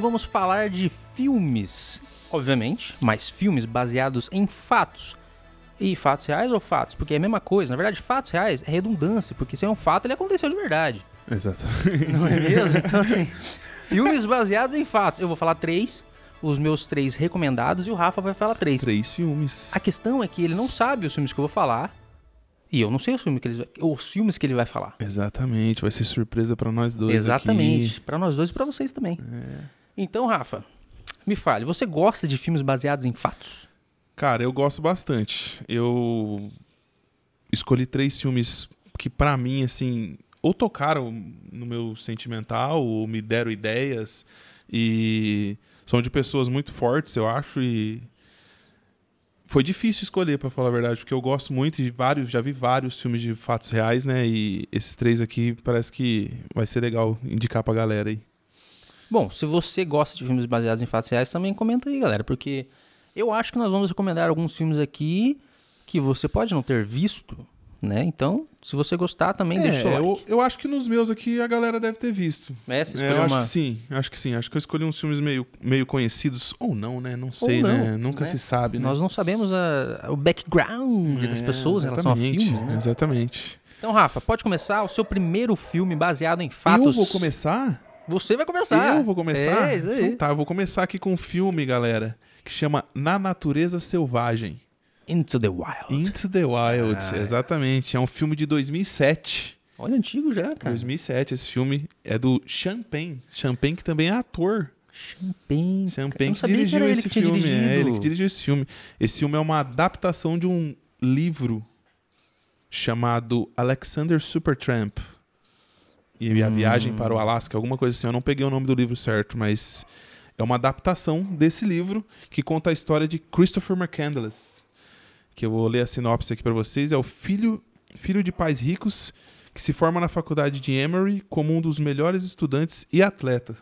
vamos falar de filmes, obviamente, mas filmes baseados em fatos. E fatos reais ou fatos? Porque é a mesma coisa. Na verdade, fatos reais é redundância, porque se é um fato, ele aconteceu de verdade. Exatamente. Não é mesmo? Então, assim, filmes baseados em fatos. Eu vou falar três, os meus três recomendados, e o Rafa vai falar três. Três filmes. A questão é que ele não sabe os filmes que eu vou falar. E eu não sei os filmes que, eles, os filmes que ele vai falar. Exatamente, vai ser surpresa pra nós dois. É. Exatamente. Pra nós dois e pra vocês também. Então, Rafa, me fale, você gosta de filmes baseados em fatos? aqui. Cara, eu gosto bastante. Eu escolhi três filmes que pra mim assim, ou tocaram no meu sentimental, ou me deram ideias e são de pessoas muito fortes, eu acho e foi difícil escolher, pra falar a verdade, porque eu gosto muito de vários, já vi vários filmes de fatos reais, né? E esses três aqui parece que vai ser legal indicar pra galera aí. Bom, se você gosta de filmes baseados em fatos reais, também comenta aí, galera, porque eu acho que nós vamos recomendar alguns filmes aqui que você pode não ter visto, né? Então, se você gostar, também deixa o seu É, like. eu, eu acho que nos meus aqui a galera deve ter visto. É, você É, escolheu eu acho uma... que sim, acho que sim. Acho que eu escolhi uns filmes meio, meio conhecidos, ou não, né? Não Ou sei, não, né? Nunca né? se sabe, né? Nós não sabemos a- o background das É, pessoas em relação a exatamente, filmes, né? Exatamente. Então, Rafa, pode começar o seu primeiro filme baseado em Eu fatos. vou começar? Você vai começar. Eu vou começar? É, isso aí. Então tá, eu vou começar aqui com um filme, galera, que chama Na Natureza Selvagem. Into the Wild. Into the Wild, Ah. exatamente. É um filme de 2007. Olha, antigo já, cara. 2007, esse filme é do Champagne. Champagne que também é ator. Champagne. Eu Champagne não que sabia que dirigiu era ele esse que tinha filme. dirigido. É ele que dirigiu esse filme. Esse filme é uma adaptação de um livro chamado Alexander Supertramp e a viagem Hum. para o Alasca, alguma coisa assim. Eu não peguei o nome do livro certo, mas é uma adaptação desse livro que conta a história de Christopher McCandless, que eu vou ler a sinopse aqui para vocês. É o filho filho de pais ricos que se forma na faculdade de Emory como um dos melhores estudantes e atleta.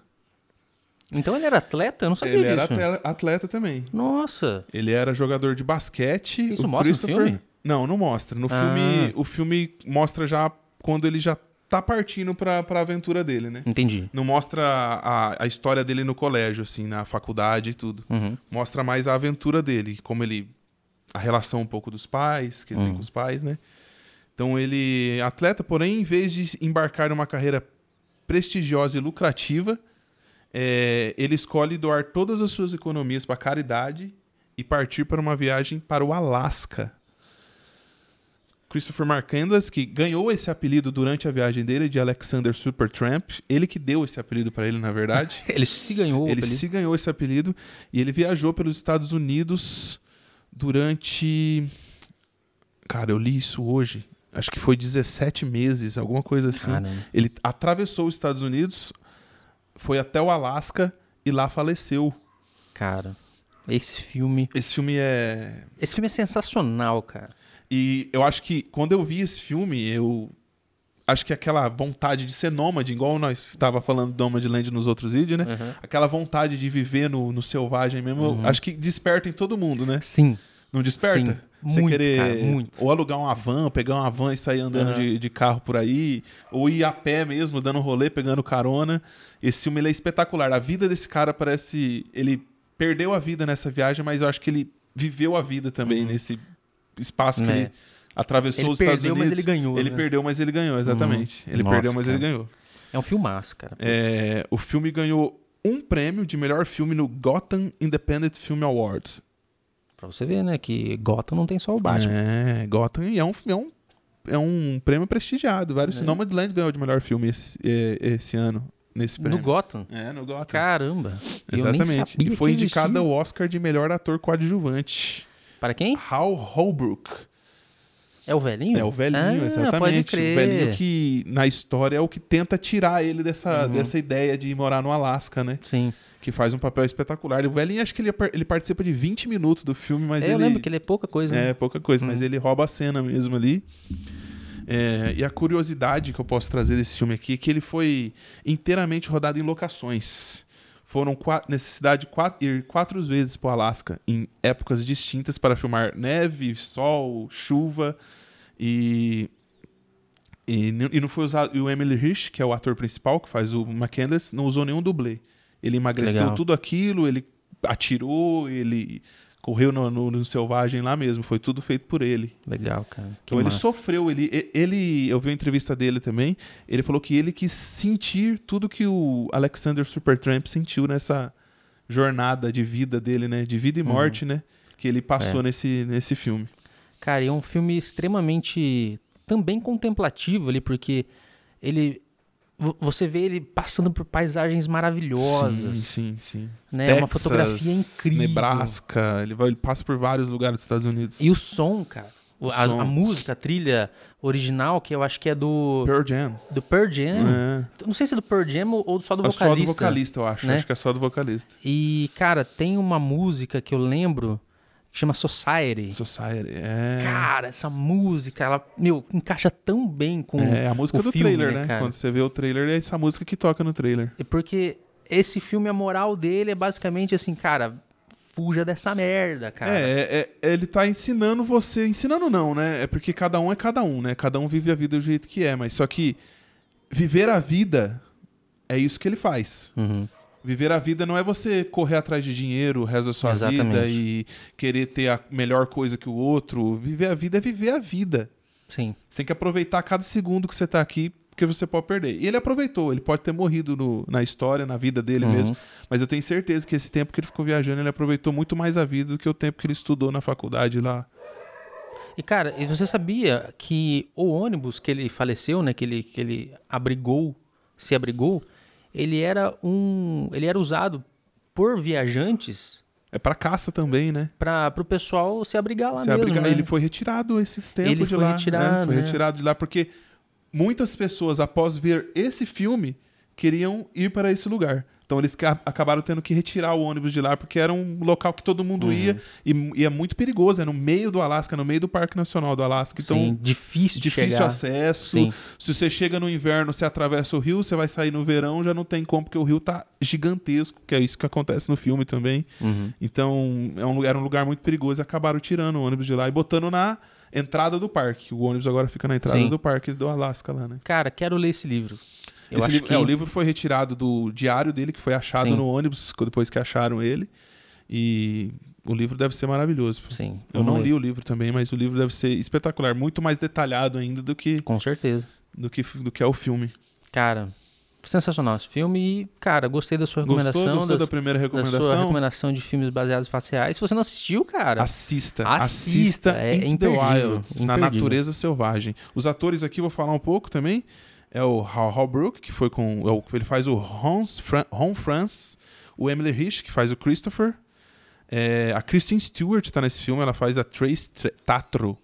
Então ele era atleta? Eu não sabia Ele era disso. atle- atleta também. Nossa. Ele era jogador de basquete. Isso o mostra no Christopher... filme? Não, não mostra. No Ah. filme, o filme mostra já quando ele já tá partindo pra, pra aventura dele, né? Entendi. Não mostra a, a história dele no colégio, assim, na faculdade e tudo. Uhum. Mostra mais a aventura dele, como ele. a relação um pouco dos pais, que ele tem com os pais, né? Então ele, é atleta, porém, em vez de embarcar em uma carreira prestigiosa e lucrativa, é, ele escolhe doar todas as suas economias para caridade e partir para uma viagem para o Alasca. Christopher Marquendas, que ganhou esse apelido durante a viagem dele de Alexander Supertramp, ele que deu esse apelido para ele, na verdade. Ele se ganhou. Ele apelido. se ganhou esse apelido e ele viajou pelos Estados Unidos durante. Cara, eu li isso hoje. Acho que foi 17 meses, alguma coisa assim. Caramba. Ele atravessou os Estados Unidos, foi até o Alasca e lá faleceu. Cara, esse filme... Esse filme é. Esse filme é sensacional, cara. E eu acho que quando eu vi esse filme, eu. Acho que aquela vontade de ser nômade, igual nós tava falando do Nomadland nos outros vídeos, né? Uhum. Aquela vontade de viver no, no selvagem mesmo, eu acho que desperta em todo mundo, né? Sim. Não desperta? Sim, você muito, querer cara, muito. ou alugar uma van, pegar uma van e sair andando Aham. de, de carro por aí, ou ir a pé mesmo, dando rolê, pegando carona. Esse filme ele é espetacular. A vida desse cara parece. Ele perdeu a vida nessa viagem, mas eu acho que ele viveu a vida também nesse espaço que Uhum. É. ele atravessou Ele os Estados perdeu, mas Unidos. ele ganhou, Ele né? Uhum. perdeu, mas ele ganhou, exatamente. Ele Nossa, perdeu, mas ele cara. ganhou. É um filmaço, cara. É, o filme ganhou um prêmio de melhor filme no Gotham Independent Film Awards. Pra você ver, né? Que Gotham não tem só o Batman. É, Gotham e é um, é um, é um prêmio prestigiado. Vários é. Nomadland ganhou de melhor filme esse, é, esse ano, nesse prêmio. no Gotham. É, no Gotham. Caramba. Eu nem Exatamente. sabia e foi que existia. indicado ao Oscar de melhor ator coadjuvante. Para quem? Hal Holbrook. É o velhinho? É o velhinho, Ah, exatamente. Pode crer. O velhinho que, na história, é o que tenta tirar ele dessa, Uhum. dessa ideia de ir morar no Alasca, né? Sim. Que faz um papel espetacular. E O velhinho, acho que ele, par- ele participa de 20 minutos do filme, mas É, ele... Eu lembro que ele é pouca coisa. né? É, pouca coisa, mas ele rouba a cena mesmo ali. É, e a curiosidade que eu posso trazer desse filme aqui é que ele foi inteiramente rodado em locações. Foram qua- necessidade de qua- ir quatro vezes para o Alasca, em épocas distintas, para filmar neve, sol, chuva. E, e, n- e não foi usado. E o Emily Hirsch, que é o ator principal, que faz o McCandless, não usou nenhum dublê. Ele emagreceu Legal. tudo aquilo, ele atirou, ele correu no, no- no selvagem lá mesmo. Foi tudo feito por ele. Legal, cara. Que então ele massa. sofreu, ele, e- ele. Eu vi uma entrevista dele também. Ele falou que ele quis sentir tudo que o Alexander Supertramp sentiu nessa jornada de vida dele, né? De vida e morte, né? Que ele passou Uhum. É. nesse, nesse filme. Cara, e é um filme extremamente também contemplativo ali, porque ele. vo- Você vê ele passando por paisagens maravilhosas, Sim, sim, sim. né? uma Texas, fotografia incrível. Nebraska, ele, vai, ele passa por vários lugares dos Estados Unidos. E o som, cara. O- O a, som. a música, a trilha original, que eu acho que é do, Pearl Jam. do Pearl Jam. É. Não sei se é do Pearl Jam ou ou só do É vocalista. só do vocalista, eu acho. né? Acho que é só do vocalista. E, cara, tem uma música que eu lembro que chama Society. Society, é... Cara, essa música, ela, meu, encaixa tão bem com. É a música o do filme, trailer, né, né? cara? Quando você vê o trailer, é essa música que toca no trailer. É Porque esse filme, a moral dele é basicamente assim, cara, fuja dessa merda, cara. É, é, é, ele tá ensinando você. Ensinando não, né? É porque cada um é cada um, né? Cada um vive a vida do jeito que é, mas só que viver a vida é isso que ele faz. Uhum. Viver a vida não é você correr atrás de dinheiro o resto da sua Exatamente. vida e querer ter a melhor coisa que o outro. Viver a vida é viver a vida. Sim. Você tem que aproveitar cada segundo que você tá aqui, porque você pode perder. E ele aproveitou, ele pode ter morrido no- na história, na vida dele Uhum. mesmo. Mas eu tenho certeza que esse tempo que ele ficou viajando, ele aproveitou muito mais a vida do que o tempo que ele estudou na faculdade lá. E, cara, e você sabia que o ônibus que ele faleceu, né? Que ele, que ele abrigou, se abrigou, ele era um. Ele era usado por viajantes É pra caça também, né? para o pessoal se abrigar lá Se mesmo. abrigar- né? Ele foi retirado esses tempos Ele de foi lá. né? retirado, Ele foi né? retirado de lá porque muitas pessoas, após ver esse filme, queriam ir para esse lugar. Então eles ca- acabaram tendo que retirar o ônibus de lá porque era um local que todo Uhum. mundo ia e, e é muito perigoso. É no meio do Alasca, no meio do Parque Nacional do Alasca. Então Sim, difícil, de difícil chegar. acesso. Sim. Se você chega no inverno, você atravessa o rio, você vai sair no verão, já não tem como porque o rio tá gigantesco, que é isso que acontece no filme também. Uhum. Então, é um, lu- era um lugar muito perigoso e acabaram tirando o ônibus de lá e botando na entrada do parque. O ônibus agora fica na entrada Sim. do parque do Alasca lá, né? Cara, quero ler esse livro. Eu Esse acho livro- que é, o livro foi retirado do diário dele, que foi achado Sim. no ônibus co- depois que acharam ele. E o livro deve ser maravilhoso. Sim, Eu vamos não ler. li o livro também, mas o livro deve ser espetacular, muito mais detalhado ainda do que Com certeza. do que, do que é o filme. Cara, sensacional esse filme. E, cara, gostei da sua recomendação. Gostou, gostou da, da, primeira da sua recomendação? recomendação de filmes baseados em fatos reais. Se você não assistiu, cara. Assista, Assista, assista, é Into the imperdível, Wild, na imperdível. natureza selvagem. Os atores aqui, vou falar um pouco também, é o Hal Holbrook, que foi com, é o- ele faz o Hans Fran, Ron Franz, o Emily Rich, que faz o Christopher, é, a Kristen Stewart tá nesse filme, ela faz a Trace Tr- Tatro,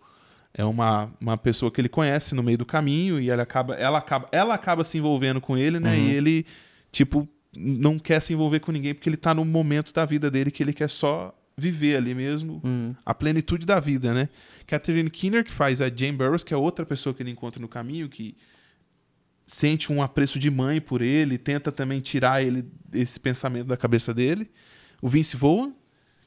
é uma, uma pessoa que ele conhece no meio do caminho e ela acaba, ela acaba, ela acaba se envolvendo com ele, né, e ele, tipo, não quer se envolver com ninguém porque ele tá num momento da vida dele que ele quer só viver ali mesmo, Hum, a plenitude da vida, né? Catherine Keener, que faz a Jane Burroughs, que é outra pessoa que ele encontra no caminho, que sente um apreço de mãe por ele, tenta também tirar ele esse pensamento da cabeça dele. O Vince Vaughn,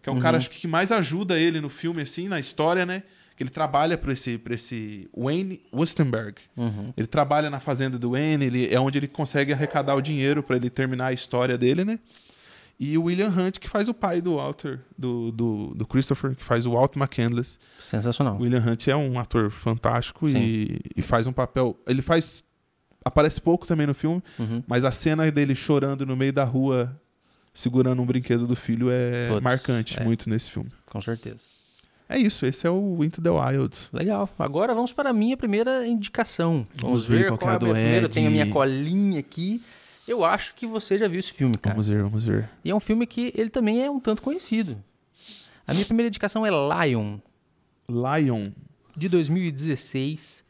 que é um cara acho que mais ajuda ele no filme assim, na história, né? Que ele trabalha para esse para esse Wayne Wustenberg. uhum. Ele trabalha na fazenda do Wayne, ele é onde ele consegue arrecadar o dinheiro para ele terminar a história dele, né? E o William Hunt, que faz o pai do Walter, do, do, do Christopher, que faz o Walt McCandless. Sensacional. O William Hunt é um ator fantástico e, e faz um papel. Ele faz. Aparece pouco também no filme, Uhum. mas a cena dele chorando no meio da rua, segurando um brinquedo do filho, é Putz, marcante é. muito nesse filme. Com certeza. É isso, esse é o Into the Wild. Legal. Agora vamos para a minha primeira indicação. Vamos, ver ver qual qual, que é é a a minha do primeira. Eu Ed. tenho a minha colinha aqui. Eu acho que você já viu esse filme, cara. Vamos ver, vamos ver. E é um filme que ele também é um tanto conhecido. A minha primeira indicação é Lion, Lion. de 2016.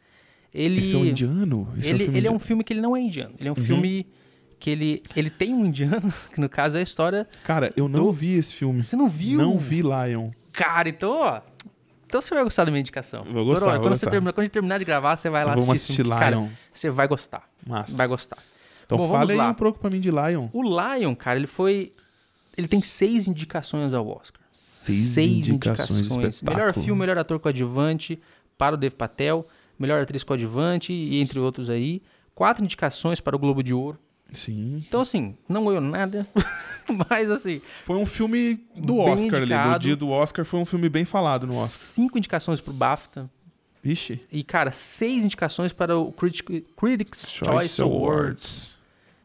Ele Esse é um indiano? ele, Esse é um filme Uhum. ele é indiano? um filme que ele não é indiano. Ele é um filme que ele, ele tem um indiano, que no caso é a história. Cara, eu não vi esse filme. Você não viu? Não vi Lion. Cara, então, ó. Então você vai gostar da minha indicação. Vou gostar, Quando, vou quando gostar. Você terminar, quando a gente terminar de gravar, você vai lá Vamos assistir. esse assistir filme, que, Lion. Cara, você vai gostar. Massa. Vai gostar. Então Bom, fala vamos aí lá. um pouco pra mim de Lion. O Lion, cara, ele foi. Ele tem seis indicações ao Oscar. Melhor espetáculo. filme, melhor ator coadjuvante para o Dev Patel, melhor atriz coadjuvante e entre outros aí. Quatro indicações para o Globo de Ouro. Sim. Então, assim, não ganhou nada, mas assim, Foi um filme do Bem Oscar ali. No indicado. dia do Oscar foi um filme bem falado no Oscar. cinco indicações pro BAFTA. Vixe. E, cara, seis indicações para o Critic- Critics' Choice, Awards.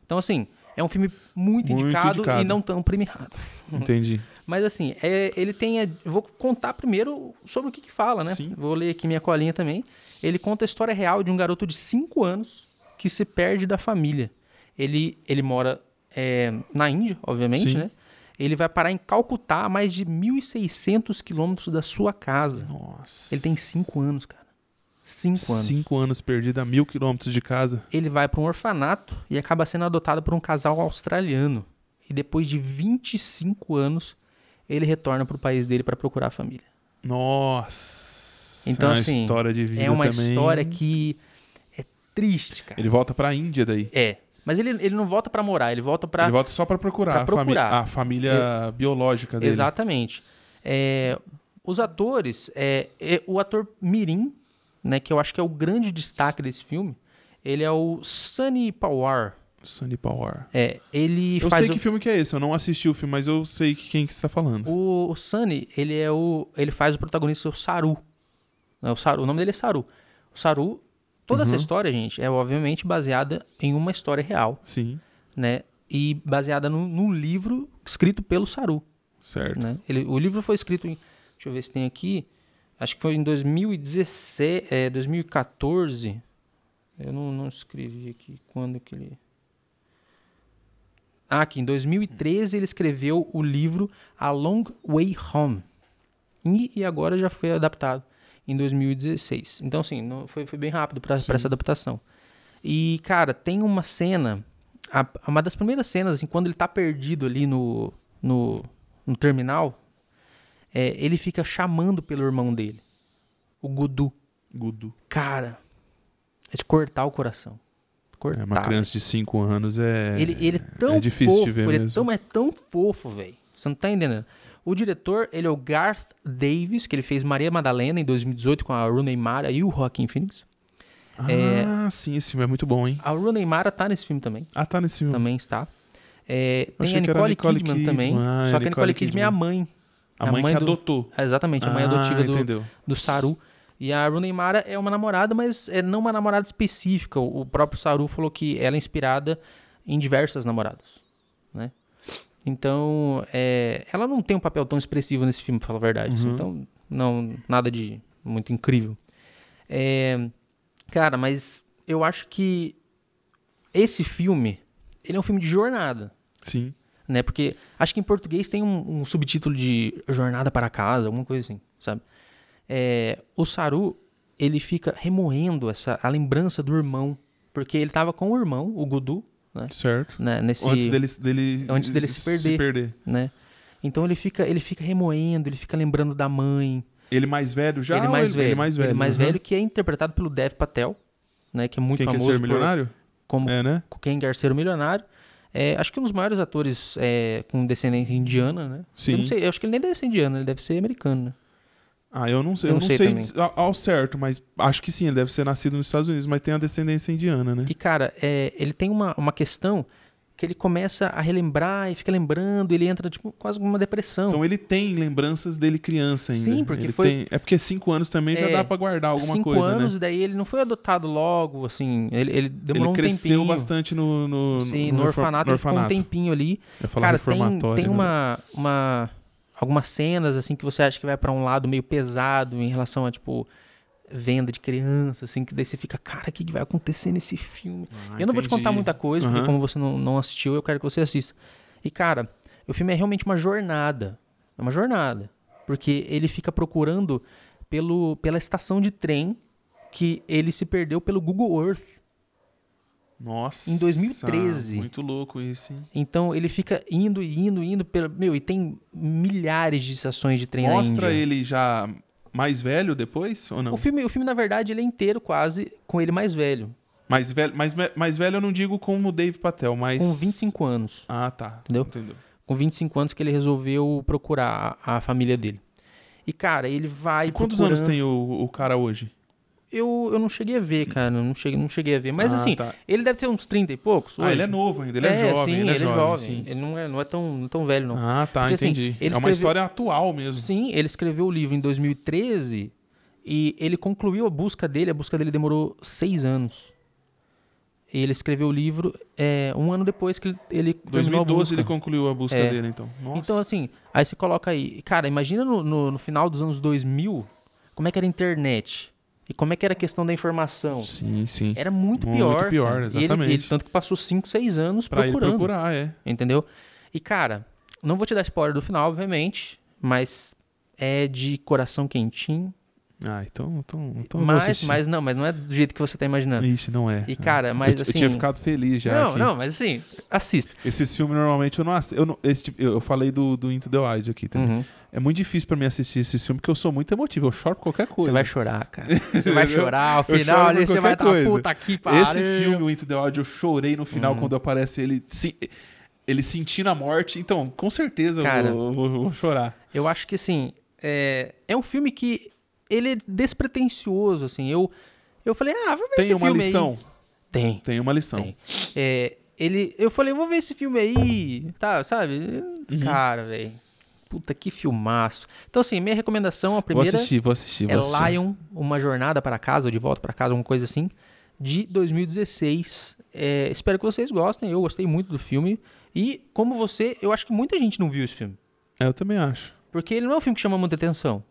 Então, assim, é um filme muito, Muito indicado, indicado. e não tão premiado. Entendi. Mas, assim, é- ele tem. a- eu Vou contar primeiro sobre o que, que fala, né? Sim. Vou ler aqui minha colinha também. Ele conta a história real de um garoto de 5 anos que se perde da família. Ele, ele mora é, na Índia, obviamente, Sim. né? Ele vai parar em Calcutá, a mais de 1.600 quilômetros da sua casa. Nossa. Ele tem 5 anos, cara. 5 anos. Cinco anos perdido a mil quilômetros de casa. ele vai para um orfanato e acaba sendo adotado por um casal australiano. E depois de 25 anos, ele retorna para o país dele para procurar a família. Nossa. Então, é uma assim, história de vida é uma também. história que é triste, cara. Ele volta pra Índia daí. É. Mas ele, ele não volta para morar, ele volta para. Ele volta só pra procurar, pra a, fami- procurar. a família biológica dele. Exatamente. É, os atores, é, é, o ator Mirim, né, que eu acho que é o grande destaque desse filme, ele é o Sunny Pawar. Sunny Power. É, ele eu faz sei o- que filme que é esse, eu não assisti o filme, mas eu sei que quem que você tá falando. O, o Sunny, ele é o. Ele faz o protagonista, o Saru. Né, O, Saru. o nome dele é Saru. O Saru. Toda essa história, gente, é obviamente baseada em uma história real, Sim, né? E baseada no, no livro escrito pelo Saru. certo. Né? Ele- o livro foi escrito em. Deixa eu ver se tem aqui. Acho que foi em 2016, é, 2014. Eu não, não escrevi aqui quando que ele. Ah, aqui, em 2013 ele escreveu o livro A Long Way Home. E, e agora já foi adaptado em 2016. Então, assim, não- foi, foi bem rápido para essa adaptação. E, cara, tem uma cena, a- uma das primeiras cenas, assim, quando ele tá perdido ali no, no, no um terminal, é, ele fica chamando pelo irmão dele, o Gudu. Gudu. Cara, é de cortar o coração. Cortar. É, uma criança de 5 anos é. Ele, ele é tão é difícil fofo, de ver ele é mesmo. tão, é tão fofo, velho. Você não tá entendendo. O diretor, ele é o Garth Davis, que ele fez Maria Madalena em 2018 com a Rooney Mara e o Joaquin Phoenix. Ah, sim, esse filme é muito bom, hein? A Rooney Mara tá nesse filme também. Ah, tá nesse filme. Também está. É, Eu tem achei a que era Nicole, Nicole Kidman, Kidman. também. Ah, só é que a Nicole Nicole Kidman é a mãe. A mãe, que do- adotou. Ah, Exatamente, a mãe ah, adotiva do, Entendeu? do Saru. E a Rooney Mara é uma namorada, mas é não uma namorada específica. O o próprio Saru falou que ela é inspirada em diversas namoradas, né? Então, é, ela não tem um papel tão expressivo nesse filme, pra falar a verdade. assim. Uhum. Então, não, nada de muito incrível. É, cara, mas eu acho que esse filme, ele é um filme de jornada Sim. né? Porque acho que em português tem um, um subtítulo de Jornada para Casa, alguma coisa assim, sabe? É, o Saru, ele fica remoendo essa, a lembrança do irmão, porque ele tava com o irmão, o Gudu, Certo. né? Nesse, Antes dele, dele, Antes dele se perder. né? Então ele fica, ele fica remoendo, ele fica lembrando da mãe, Ele mais velho já? ele ou mais velho, Ele mais velho, Uhum. que é interpretado pelo Dev Patel, né? Que é muito Quem quer famoso ser por- milionário? como É, né? Ken Garceiro Milionário. É, acho que um dos maiores atores é, com descendência indiana, né? Sim. Eu não sei, eu acho que ele nem deve ser indiano, ele deve ser americano, né? Ah, eu não sei, eu Eu não não sei sei, também. diz- ao ao certo, mas acho que sim, ele deve ser nascido nos Estados Unidos, mas tem a descendência indiana, né? E, cara, é, ele tem uma, uma questão que ele começa a relembrar e fica lembrando, ele entra tipo, quase numa depressão. Então ele tem lembranças dele criança ainda. Sim, porque Ele foi- tem- É porque cinco anos também já É, dá pra guardar alguma Cinco coisa, anos, né? e daí ele não foi adotado logo, assim, ele, ele demorou um Ele cresceu tempinho. bastante no, no, Sim, no, refor- orfanato, no ele ficou um orfanato. tempinho ali. Eu ia falar cara, tem, reformatório, tem né? uma, uma, algumas cenas, assim, que você acha que vai pra um lado meio pesado em relação a, tipo, venda de criança, assim, que daí você fica, cara, o que que vai acontecer nesse filme? Ah, eu não vou te contar entendi. muita coisa, Aham. porque como você não, não assistiu, eu quero que você assista. E, cara, o filme é realmente uma jornada. É uma jornada. Porque ele fica procurando pelo, pela estação de trem que ele se perdeu pelo Google Earth. Nossa. em 2013. Muito louco isso, hein? Então ele fica indo e indo, indo pelo. Meu, e tem milhares de estações de trem Mostra na Índia. ele né? já mais velho depois ou não? O filme, o filme, na verdade, ele é inteiro quase com ele mais velho, Mais velho, mais, ve- mais velho eu não digo como o Dave Patel, mas com 25 anos. Ah, tá. Entendeu? Entendeu? Com 25 anos que ele resolveu procurar a a família dele. E, cara, ele vai. E quantos procurando- anos tem o, o cara hoje? eu, eu não cheguei a ver, cara. Não cheguei, não cheguei a ver. Mas Ah, assim, tá. ele deve ter uns 30 e poucos. Ah, hoje. ele é novo ainda, ele é, jovem, sim, ele é jovem. sim. Ele não é, não é tão, não tão velho, não. Ah, tá, Porque, assim, entendi. ele é uma escreveu- história atual mesmo. Sim, ele escreveu o livro em 2013 e ele concluiu a busca dele. A busca dele demorou seis anos. Ele escreveu o livro é, um ano depois que ele, ele Em terminou a 2012 ele busca. concluiu a busca É. dele, então. Nossa. Então, assim, aí você coloca aí. Cara, imagina no, no- no final dos anos 2000, como é que era a internet? E como é que era a questão da informação? Sim, sim. Era muito, Muito pior. pior, cara. E ele- exatamente. ele- tanto que passou 5, 6 anos Pra ele procurando. procurar, é. Entendeu? E, cara, não vou te dar spoiler do final, obviamente, mas é de coração quentinho. Ah, então, então, então eu vou mas, assistir. mas não, mas não é do jeito que você tá imaginando. Ixi, não é. E, Ah. cara, mas eu, assim. eu tinha ficado feliz já não, aqui. não, mas assim, assista. Esses filmes normalmente eu não assisto. Eu, não- esse tipo- eu, eu falei do, do Into the Wild aqui também. Uhum. É muito difícil pra mim assistir esse filme porque eu sou muito emotivo. Eu choro por qualquer coisa. Você vai chorar, cara. Você vai Entendeu? chorar, o Eu final choro ali por você vai qualquer estar coisa. puta aqui, pariu. Esse filme, o Into the Wild, eu chorei no final Uhum. quando aparece ele, se- ele sentindo a morte. Então, com certeza eu Cara. vou, eu vou- eu vou chorar. Eu acho que, assim, é, é um filme que ele é despretensioso, assim. Eu, eu falei, ah, vou ver Tem esse uma filme lição. aí. Tem. Tem uma lição. Tem. É, ele, eu falei, vou ver esse filme aí, tá, sabe? Uhum. Cara, velho. Puta, que filmaço. Então, assim, minha recomendação, a Vou primeira assistir, vou assistir. é vou assistir. Lion, Uma Jornada para Casa, ou De Volta para Casa, alguma coisa assim, de 2016. É, espero que vocês gostem, eu gostei muito do filme. E, como você, eu acho que muita gente não viu esse filme. É, eu também acho. Porque ele não é um filme que chama muita atenção,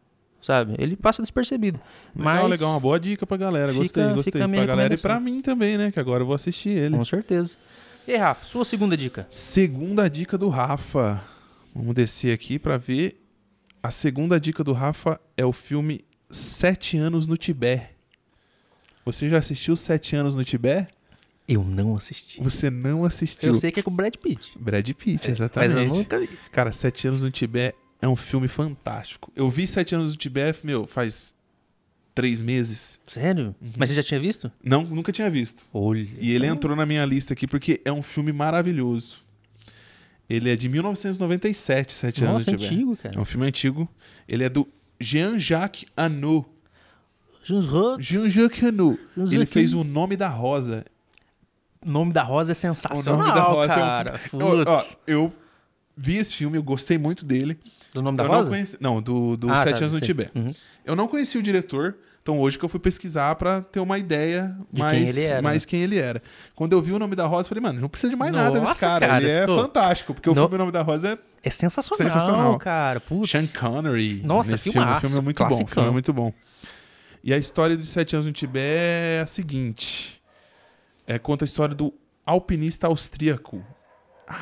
sabe? Ele passa despercebido. Legal, mas, legal. Uma boa dica pra galera. Fica- gostei, fica gostei. a Pra minha galera e recomendação. pra mim também, né? Que agora eu vou assistir ele. com certeza. E aí, Rafa, sua segunda dica? Segunda dica do Rafa. Vamos descer aqui pra ver. A segunda dica do Rafa é o filme Sete Anos no Tibete. Você já assistiu Sete Anos no Tibete? Eu não assisti. Você não assistiu. Eu sei que é com o Brad Pitt. Brad Mas Pitt, exatamente. eu nunca vi. Cara, Sete Anos no Tibete é um filme fantástico. Eu vi Sete Anos no Tibete, meu, faz três meses. Sério? Mas você já tinha visto? Não, nunca tinha visto. Olha. E ele entrou na minha lista aqui porque é um filme maravilhoso. Ele é de 1997, Sete Anos Nossa, no Tibete. antigo, É cara. um filme antigo. Ele é do Jean-Jacques Anou. Jules Ro- Jean-Jacques Anou. Jean-Jacques Ele fez O Nome da Rosa. O nome da Rosa é sensacional, é um cara. filme- Ó, ó, Putz. eu vi esse filme, eu gostei muito dele. Do nome da eu Rosa? não conheci... Não, do, do Ah, tá, Sete Anos no sim. Tibete. Uhum. Eu não conheci o diretor, então hoje que eu fui pesquisar pra ter uma ideia De mais, quem ele era, mais quem ele era. né? Quando eu vi o nome da Rosa, eu falei, mano, não precisa de mais nada Nossa, desse cara. cara, ele é pô. fantástico, porque o No- filme O Nome da Rosa é É sensacional, Sensacional. cara. Putz. Sean Connery. Nossa, nesse filme, filmaço, o filme é muito bom. o classicão. filme é muito bom. E a história dos sete anos no Tibete é a seguinte: É, conta a história do alpinista austríaco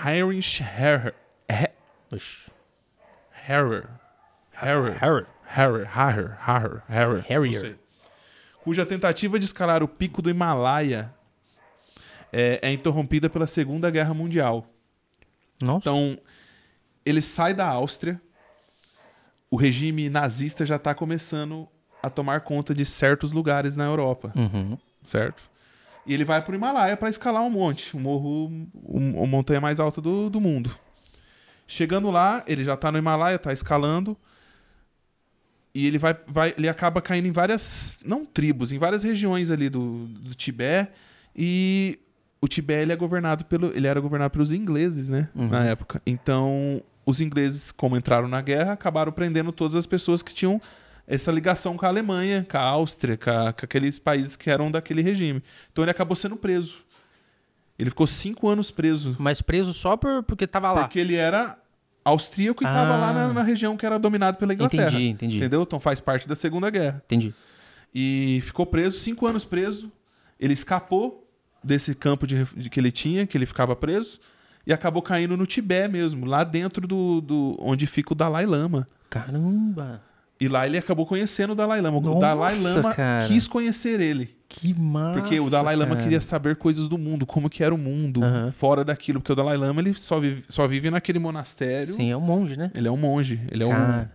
Heinrich Herrer. He- Oxi. Herrer. Herrer. Harry. Harrer, Harrer, Harrer, Harrer. Harrier. não sei. Cuja tentativa de escalar o pico do Himalaia é, é interrompida pela Segunda Guerra Mundial. Nossa. Então, ele sai da Áustria, o regime nazista já está começando a tomar conta de certos lugares na Europa, Uhum. certo? E ele vai para o Himalaia para escalar um monte, um morro, um- a montanha mais alta do, do mundo. Chegando lá, ele já tá no Himalaia, tá escalando. E ele vai, vai ele acaba caindo em várias, não tribos, em várias regiões ali do, do Tibete. E o Tibete ele é governado pelo, ele era governado pelos ingleses, né, na época. Então, os ingleses, como entraram na guerra, acabaram prendendo todas as pessoas que tinham essa ligação com a Alemanha, com a Áustria, com, a- com aqueles países que eram daquele regime. Então ele acabou sendo preso. Ele ficou cinco anos preso Mas preso só por, porque tava lá. porque ele era austríaco e estava Ah. lá na, na região que era dominada pela Inglaterra. Entendi, entendi. Entendeu? Então faz parte da Segunda Guerra. Entendi. E ficou preso, cinco anos preso. Ele escapou desse campo de, ref- de- que ele tinha, que ele ficava preso, e acabou caindo no Tibete mesmo, lá dentro do, do onde fica o Dalai Lama. Caramba. E lá ele acabou conhecendo o Dalai Lama. o Nossa, Dalai Lama cara. quis conhecer ele. Que massa. Porque o Dalai Lama cara. queria saber coisas do mundo, como que era o mundo Aham. fora daquilo. Porque o Dalai Lama ele só vive, só vive naquele monastério. Sim, é um monge, né? Ele é um monge, ele é um. Cara.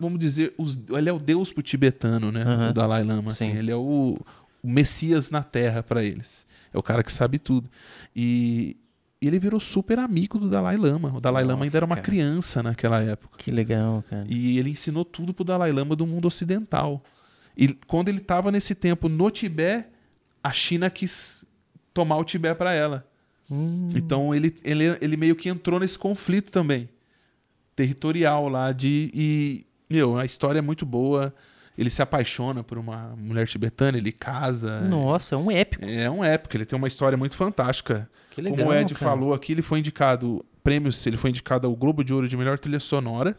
Vamos dizer, os- ele é o deus pro tibetano, né? Aham. O Dalai Lama, assim. Sim. Ele é o, o Messias na Terra pra eles. É o cara que sabe tudo. E, e ele virou super amigo do Dalai Lama. O Dalai Lama Nossa, ainda era uma cara. criança naquela época. Que legal, cara. E ele ensinou tudo pro Dalai Lama do mundo ocidental. E quando ele estava nesse tempo no Tibete, a China quis tomar o Tibete para ela. Hum. Então ele, ele, ele meio que entrou nesse conflito também territorial lá de e meu a história é muito boa. Ele se apaixona por uma mulher tibetana, ele casa. Nossa, é um épico. É um épico, ele tem uma história muito fantástica. Que legal. Como o Ed cara. falou aqui, ele foi indicado prêmios, ele foi indicado ao Globo de Ouro de melhor trilha sonora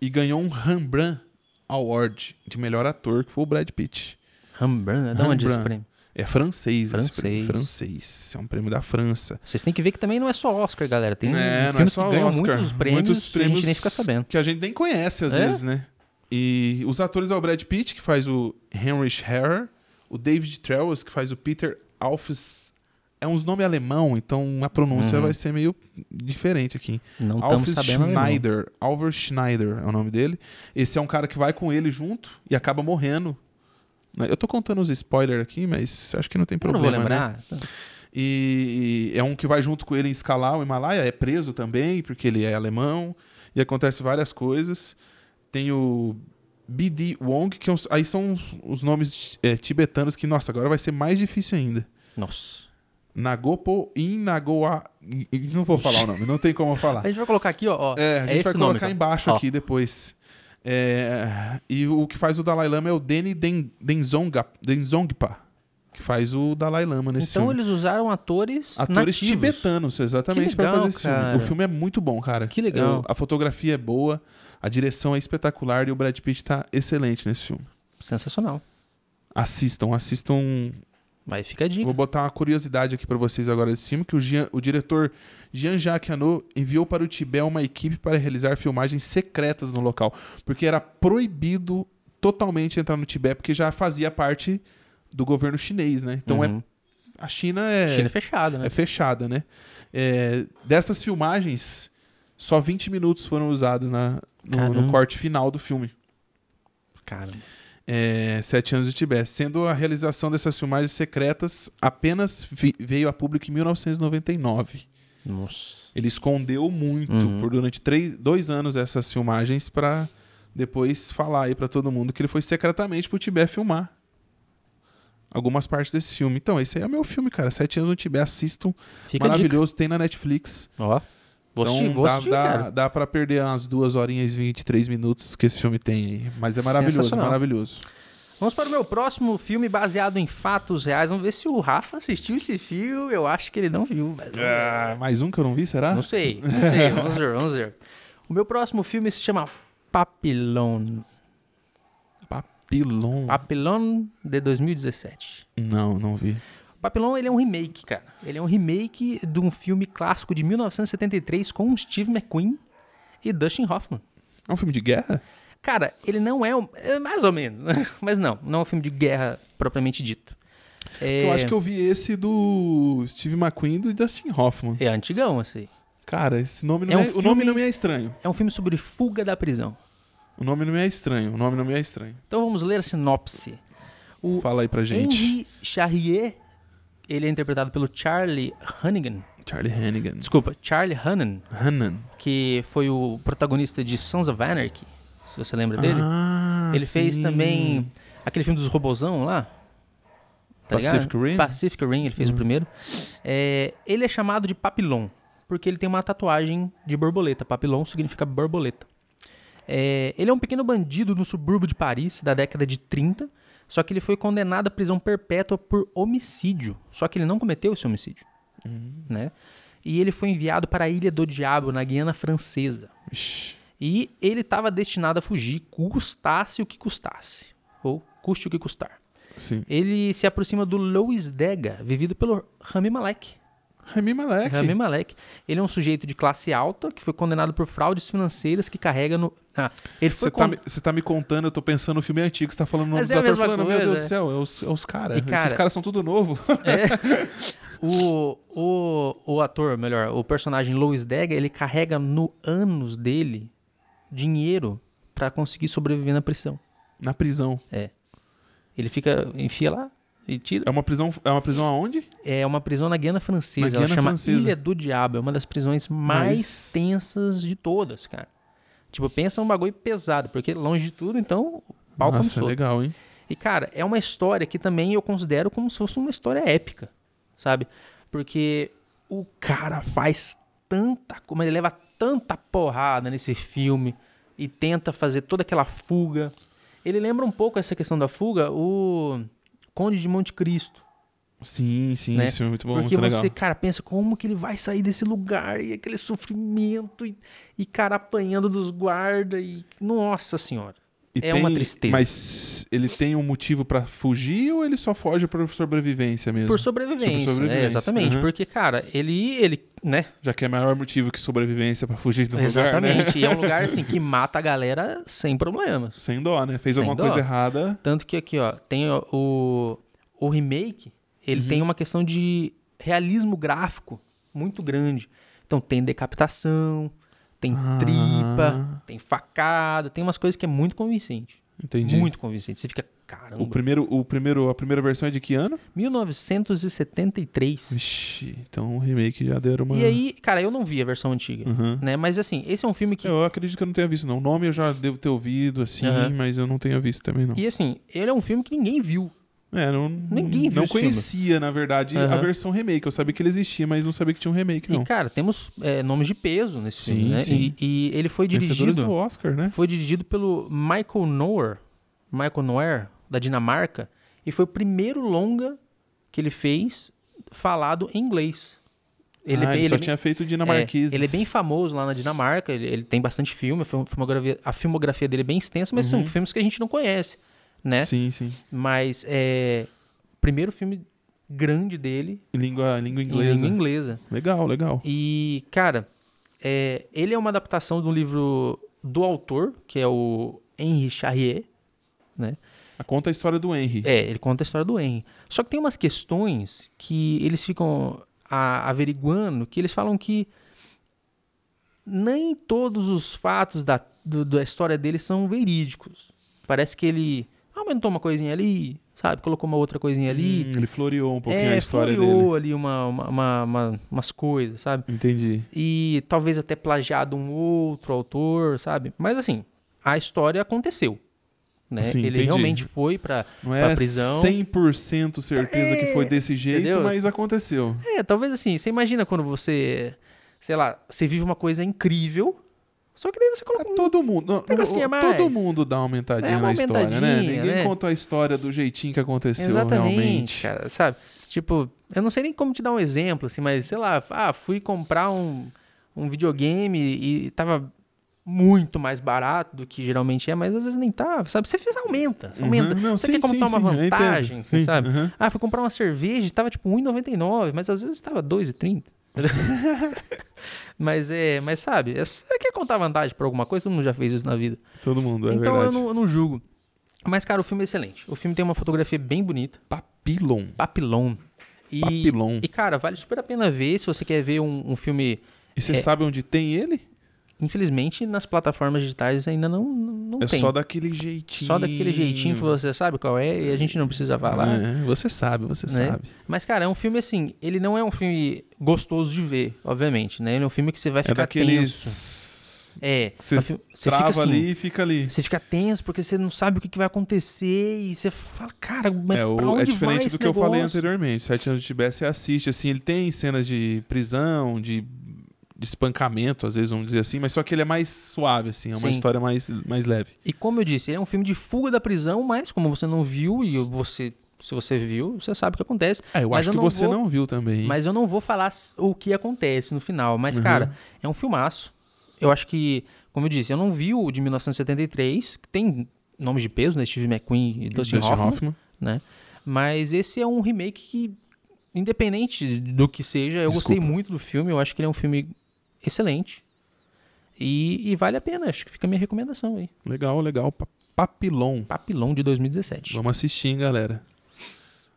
e ganhou um Rembrandt Award de melhor ator, que foi o Brad Pitt. Rembrandt, da onde é esse Rembrandt. prêmio? É francês, esse prêmio. Francês. Francês. É um prêmio da França. Vocês têm que ver que também não é só Oscar, galera. Tem É, não é filmes só que ganham Oscar. muitos prêmios, e a gente nem fica sabendo. Que a gente nem conhece, às É? vezes, né? E os atores é o Brad Pitt, que faz o Heinrich Herr, o David Trellis, que faz o Peter Alphys. É uns nome alemão, então a pronúncia Uhum. vai ser meio diferente aqui. Não estamos Alphys sabendo. alemão. Schneider. Alvar Schneider é o nome dele. Esse é um cara que vai com ele junto e acaba morrendo. né? Eu tô contando os spoilers aqui, mas acho que não tem Eu não problema, vou né? lembrar. E é um que vai junto com ele em escalar o Himalaia, é preso também, porque ele é alemão, e acontece várias coisas. Tem o BD Wong, que é uns- aí são os nomes é, tibetanos que, nossa, agora vai ser mais difícil ainda. Nossa. Nagopo In Nagoa. I- I- Não vou falar o nome, não tem como eu falar. A gente vai colocar aqui, ó. ó, É, a gente esse vai nome, colocar então. embaixo Ó. aqui depois. É, e o que faz o Dalai Lama é o Deni Den, Denzonga, Denzongpa, que faz o Dalai Lama nesse Então filme. eles usaram atores, Atores nativos. tibetanos, exatamente, Que pra legal, fazer esse filme. cara. O filme é muito bom, cara. Que legal. Eu- a fotografia é boa, a direção é espetacular e o Brad Pitt tá excelente nesse filme. Sensacional. Assistam, assistam. Mas fica a dica. Vou botar uma curiosidade aqui pra vocês agora desse filme, que o, Jean- o diretor Jean-Jacques Hano enviou para o Tibete uma equipe para realizar filmagens secretas no local, porque era proibido totalmente entrar no Tibete, porque já fazia parte do governo chinês, né? Então é, Uhum. a China é... China fechada, né? É fechada, né? É, destas filmagens, só 20 minutos foram usados na, no, no Caramba. corte final do filme. Caramba. É, Sete anos de Tibete. Sendo a realização dessas filmagens secretas apenas vi- veio a público em 1999. Nossa. Ele escondeu muito Uhum. por durante três, dois anos essas filmagens para depois falar aí para todo mundo que ele foi secretamente pro Tibete filmar algumas partes desse filme. Então, esse aí é o meu filme, cara. Sete anos no Tibete. Assistam. Fica a dica. Maravilhoso. Tem na Netflix. Ó. Vou então assistir, vou dá, assistir, dá, cara. dá pra perder umas duas horinhas e 23 minutos que esse filme tem aí. Mas é maravilhoso, é Sensacional. maravilhoso. Vamos para o meu próximo filme baseado em fatos reais. Vamos ver se o Rafa assistiu esse filme. Eu acho que ele não viu. Mas... Ah, mais um que eu não vi, será? Não sei, não sei. Vamos ver, vamos ver. O meu próximo filme se chama Papillon. Papilon. Papillon de 2017. Não, não vi. Papillon, ele é um remake, cara. Ele é um remake de um filme clássico de 1973 com Steve McQueen e Dustin Hoffman. É um filme de guerra? Cara, ele não é um... é Mais ou menos. Mas não, não é um filme de guerra propriamente dito. É, Eu acho que eu vi esse do Steve McQueen e do Dustin Hoffman. é antigão, assim. Cara, esse nome não É um é, o filme- nome não me é estranho. É um filme sobre fuga da prisão. O nome não me é estranho. O nome não me é estranho. Então vamos ler a sinopse. O Fala aí pra gente. Henry Charrier, ele é interpretado pelo Charlie Hannigan. Charlie Hannigan. Desculpa, Charlie Hannan, Hannan. que foi o protagonista de Sons of Anarchy, se você lembra É dele. Ah, ele fez sim. também aquele filme dos robozão lá. Tá Pacific ligado? Rim? Pacific Rim, ele fez Uhum. o primeiro. É, ele é chamado de Papillon, porque ele tem uma tatuagem de borboleta. Papillon significa borboleta. É, ele é um pequeno bandido no subúrbio de Paris da década de 30, só que ele foi condenado à prisão perpétua por homicídio. Só que ele não cometeu esse homicídio, Uhum. né? E ele foi enviado para a Ilha do Diabo, na Guiana Francesa. Ixi. E ele estava destinado a fugir, custasse o que custasse. Ou custe o que custar. Sim. Ele se aproxima do Louis Dega, vivido pelo Rami Malek. Rami Malek. Rami Malek. Ele é um sujeito de classe alta que foi condenado por fraudes financeiras que carrega no. Ah, ele foi Você tá, me- você tá me contando, eu tô pensando no filme antigo, você tá falando o nome Mas dos é a atores, mesma falando, meu coisa, Deus do é. céu, é os, é os caras. E, cara- Esses caras são tudo novo. O, o, o ator, melhor, o personagem Louis Dega, ele carrega no ânus dele dinheiro pra conseguir sobreviver na prisão. Na prisão. Ele fica, enfia lá e tira. É uma prisão, é uma prisão aonde? É uma prisão na Guiana Francesa. Na ela Guiana chama Francesa. Ilha do Diabo. É uma das prisões mais Mas- tensas de todas, cara. Tipo, pensa num bagulho pesado, porque longe de tudo, então Pau como Nossa, é solto. legal, hein? E, cara, é uma história que também eu considero como se fosse uma história épica, sabe? Porque o cara faz tanta como ele leva tanta porrada nesse filme e tenta fazer toda aquela fuga. Ele lembra um pouco essa questão da fuga, o Conde de Monte Cristo. Sim, sim, Né? esse filme é muito bom, porque muito você, legal. cara, pensa como que ele vai sair desse lugar e aquele sofrimento e, e cara apanhando dos guardas e. Nossa senhora. E é uma tristeza. Mas ele tem um motivo pra fugir ou ele só foge por sobrevivência mesmo? Por sobrevivência. Sobre Tipo sobrevivência, uhum. é, exatamente. aham. Porque, cara, ele, ele, né? Já que é maior motivo que sobrevivência pra fugir do lugar, né? exatamente. E é um lugar assim que mata a galera sem problemas. Sem dó, né? Fez Sem alguma dó. coisa errada. Tanto que aqui, ó, tem ó, o, o remake, Uhum. ele tem uma questão de realismo gráfico muito grande. Então tem decapitação, tem Ah. tripa, tem facada, tem umas coisas que é muito convincente. Entendi. Muito convincente. Você fica, caramba. O primeiro, o primeiro, a primeira versão é de que ano? 1973. Vixe, então o remake já deram uma. E aí, cara, eu não vi a versão antiga. Uhum. Né? Mas assim, esse é um filme que Eu acredito que eu não tenha visto, não. O nome eu já devo ter ouvido, assim, Aham. mas eu não tenha visto também, não. E assim, ele é um filme que ninguém viu. É, não, Ninguém viu não esse filme. conhecia, na verdade, a Aham. versão remake. Eu sabia que ele existia, mas não sabia que tinha um remake, não. E, cara, temos é, nomes de peso nesse Sim, filme, né? sim. E, e ele foi Vencedores do dirigido. Oscar, né? Foi dirigido pelo Michael Noer, Michael Noer, da Dinamarca, e foi o primeiro longa que ele fez falado em inglês. é bem- ah, ele só é bem- tinha feito é, dinamarquês. ele é bem famoso lá na Dinamarca, ele, ele tem bastante filme, a film- filmografia, a filmografia dele é bem extensa, mas são filmes que a gente não conhece, né? Uhum. Sim, sim. Mas é primeiro filme grande dele Em Língua, em língua em inglesa. língua inglesa. Legal, legal. E, cara, é, ele é uma adaptação de um livro do autor, que é o Henri Charrier, né? Ah, Conta a história do Henry. É, ele conta a história do Henry. Só que tem umas questões que eles ficam a- averiguando, que eles falam que nem todos os fatos da, do- da história dele são verídicos. Parece que ele "Ah, aumentou uma coisinha ali, sabe? Colocou uma outra coisinha ali. Hum, ele floreou um pouquinho é, a história floreou ali uma- uma- uma- uma- umas coisas, sabe? dele. Entendi. e talvez até plagiado um outro autor, sabe? Mas assim, a história aconteceu. Né? Sim, ele entendi. realmente foi pra. Não Pra é prisão. É, 100% certeza que foi desse jeito, entendeu? mas aconteceu. É, talvez assim, você imagina quando você, sei lá, você vive uma coisa incrível, só que daí você coloca um Então, Todo mundo, não, Pega assim, é todo mais. mundo dá uma aumentadinha É uma na história, né? aumentadinha, Ninguém né? conta a história do jeitinho que aconteceu Exatamente, realmente. cara, sabe? Tipo, eu não sei nem como te dar um exemplo, assim, mas sei lá, ah, fui comprar um, um videogame e tava muito mais barato do que geralmente é, mas às vezes nem tava, sabe? Você fez, aumenta, Uhum, aumenta. não, você sim, quer comprar sim, uma sim, eu entendo. vantagem, assim, Sim, uhum. sabe? aham. Ah, fui comprar uma cerveja e tava tipo 1,99, mas às vezes tava 2,30. mas é, mas sabe, é- você quer contar vantagem por alguma coisa, todo mundo já fez isso na vida. Todo mundo, é então eu verdade. não, eu não julgo. Mas, cara, o filme é excelente. O filme tem uma fotografia bem bonita. Papilon. Papilon. E, Papilon. E, cara, vale super a pena ver se você quer ver um, um filme. E você É. sabe onde tem ele? Infelizmente, nas plataformas digitais ainda não, não não é tem. só daquele jeitinho. Só daquele jeitinho que você sabe qual é e a gente não precisa falar. É, você sabe, você Né? sabe. Mas, cara, é um filme assim. Ele não é um filme gostoso de ver, obviamente, né? Ele é um filme que você vai É ficar tenso. daqueles. É, Você é um filme- você Trava fica assim, ali e fica ali. Você fica tenso porque você não sabe o que que vai acontecer e você fala, cara, mas É, o- pra onde é diferente vai do esse que eu falei negócio? anteriormente. Sete anos de Tibete, você assiste, assim, ele tem cenas de prisão, de, de espancamento, às vezes vamos dizer assim, mas só que ele é mais suave, assim, é uma Sim. história mais, mais leve. E como eu disse, ele é um filme de fuga da prisão, mas como você não viu e você, se você viu, você sabe o que acontece. É, eu Mas acho eu que não você vou- não viu também. Mas eu não vou falar s- o que acontece no final. Mas, Uhum. cara, é um filmaço. Eu acho que, como eu disse, eu não vi o de 1973, que tem nomes de peso, né? Steve McQueen e Dustin, Hoffman, né? Mas esse é um remake que, independente do que seja, eu gostei Desculpa. muito do filme. Eu acho que ele é um filme excelente. E, e vale a pena, acho que fica a minha recomendação aí. Legal, legal. Pa- Papilon. Papilão de 2017. Vamos assistir, hein, galera.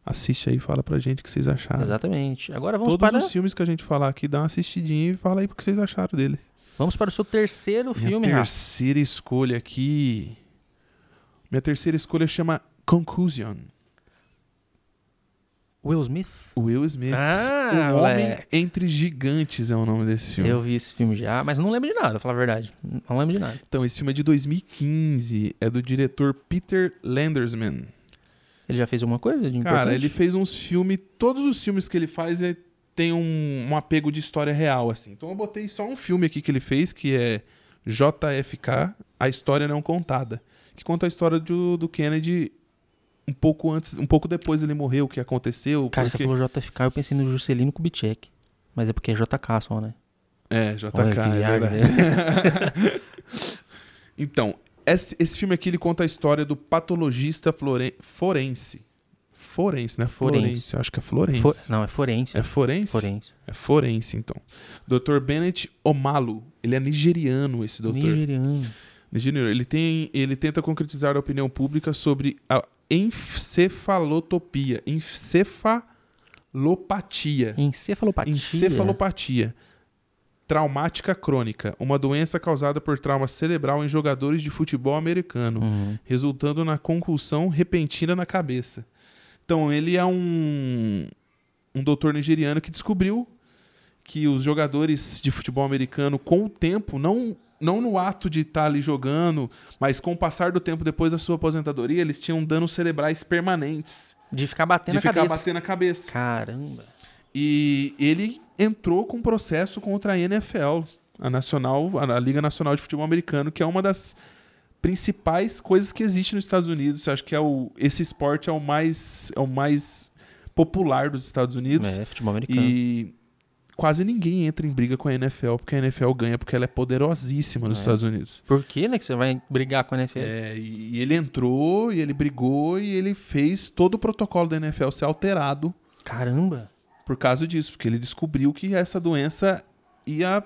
Assiste aí e fala pra gente o que vocês acharam. Exatamente. Agora vamos Todos para, os filmes que a gente falar aqui, dá uma assistidinha e fala aí o que vocês acharam dele. vamos para o seu terceiro Minha filme, Rafa. terceira escolha aqui. Minha terceira escolha chama Conclusion. Will Smith? Will Smith. Ah, o Homem moleque. Entre Gigantes é o nome desse filme. Eu vi esse filme já, mas não lembro de nada, pra falar a verdade. Não lembro de nada. Então, esse filme é de 2015. É do diretor Peter Landersman. Ele já fez alguma coisa de importante? Cara, ele fez uns filmes. Todos os filmes que ele faz é, tem um, um apego de história real, assim. Então eu botei só um filme aqui que ele fez, que é JFK, A História Não Contada. Que conta a história do, do Kennedy um pouco antes, um pouco depois ele morreu, o que aconteceu. Cara, você porque... falou JFK, eu pensei no Juscelino Kubitschek. Mas é porque é JK só, né? É, JK, Olha, que né? é viagem, verdade. Então, esse, esse filme aqui ele conta a história do patologista floren- forense. Forense, né? Forense. Florense, acho que é Florense. Fo- Não, é forense. É forense? forense. É forense, então. Dr. Bennett Omalu. Ele é nigeriano, esse doutor. Nigeriano. Nigeriano. Ele, tem, ele tenta concretizar a opinião pública sobre a encefalotopia. Encefalopatia. Encefalopatia. Encefalopatia. Traumática crônica. Uma doença causada por trauma cerebral em jogadores de futebol americano Uhum. resultando na concussão repentina na cabeça. Então, ele é um, um doutor nigeriano que descobriu que os jogadores de futebol americano, com o tempo, não, não no ato de estar ali jogando, mas com o passar do tempo depois da sua aposentadoria, eles tinham danos cerebrais permanentes De ficar batendo de a ficar cabeça. batendo a cabeça. Caramba. E ele entrou com um processo contra a NFL, a Nacional, a Liga Nacional de Futebol Americano, que é uma das principais coisas que existe nos Estados Unidos. Eu Acho que é o, esse esporte é o mais é o mais popular dos Estados Unidos É, futebol americano. e quase ninguém entra em briga com a NFL porque a NFL ganha porque ela é poderosíssima nos É. Estados Unidos. Por que, né, que você vai brigar com a NFL? É, e e ele entrou, e ele brigou, e ele fez todo o protocolo da NFL ser alterado Caramba. por causa disso, porque ele descobriu que essa doença ia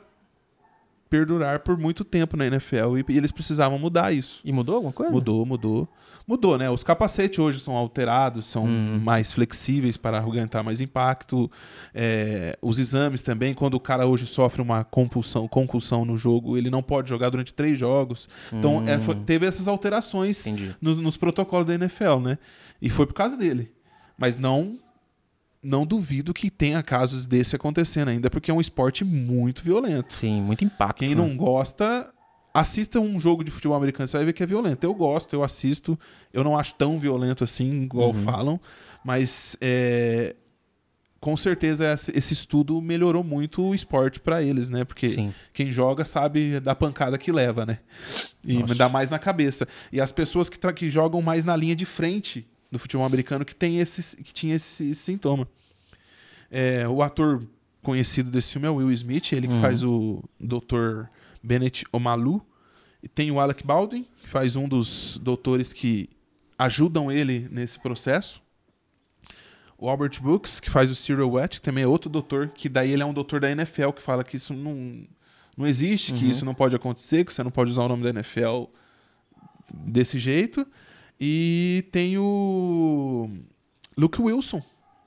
perdurar por muito tempo na NFL e, e eles precisavam mudar isso. E mudou alguma coisa? Mudou, mudou. Mudou, né? Os capacetes hoje são alterados, são mais flexíveis para aguentar mais impacto. É, os exames também, quando o cara hoje sofre uma compulsão, concussão no jogo, ele não pode jogar durante três jogos. Então, é, foi- teve essas alterações Entendi. no- nos protocolos da NFL, né? E foi por causa dele. Mas não não duvido que tenha casos desse acontecendo ainda, porque é um esporte muito violento. Sim, muito impacto. Quem né? não gosta, assista um jogo de futebol americano, você vai ver que é violento. Eu gosto, eu assisto, eu não acho tão violento assim, igual falam, mas é, com certeza essa- esse estudo melhorou muito o esporte pra eles, né? Porque Sim. quem joga sabe da pancada que leva, né? E Nossa. dá mais na cabeça. E as pessoas que, tra- que jogam mais na linha de frente do futebol americano que, tem esse, que tinha esse, esse sintoma. É, o ator conhecido desse filme é o Will Smith, ele que faz o Dr. Bennett Omalu. E tem o Alec Baldwin, que faz um dos doutores que ajudam ele nesse processo. O Albert Brooks, que faz o Cyril Wett, que também é outro doutor, que daí ele é um doutor da NFL, que fala que isso não, não existe, Uhum. que isso não pode acontecer, que você não pode usar o nome da NFL desse jeito. E tem o Luke Wilson.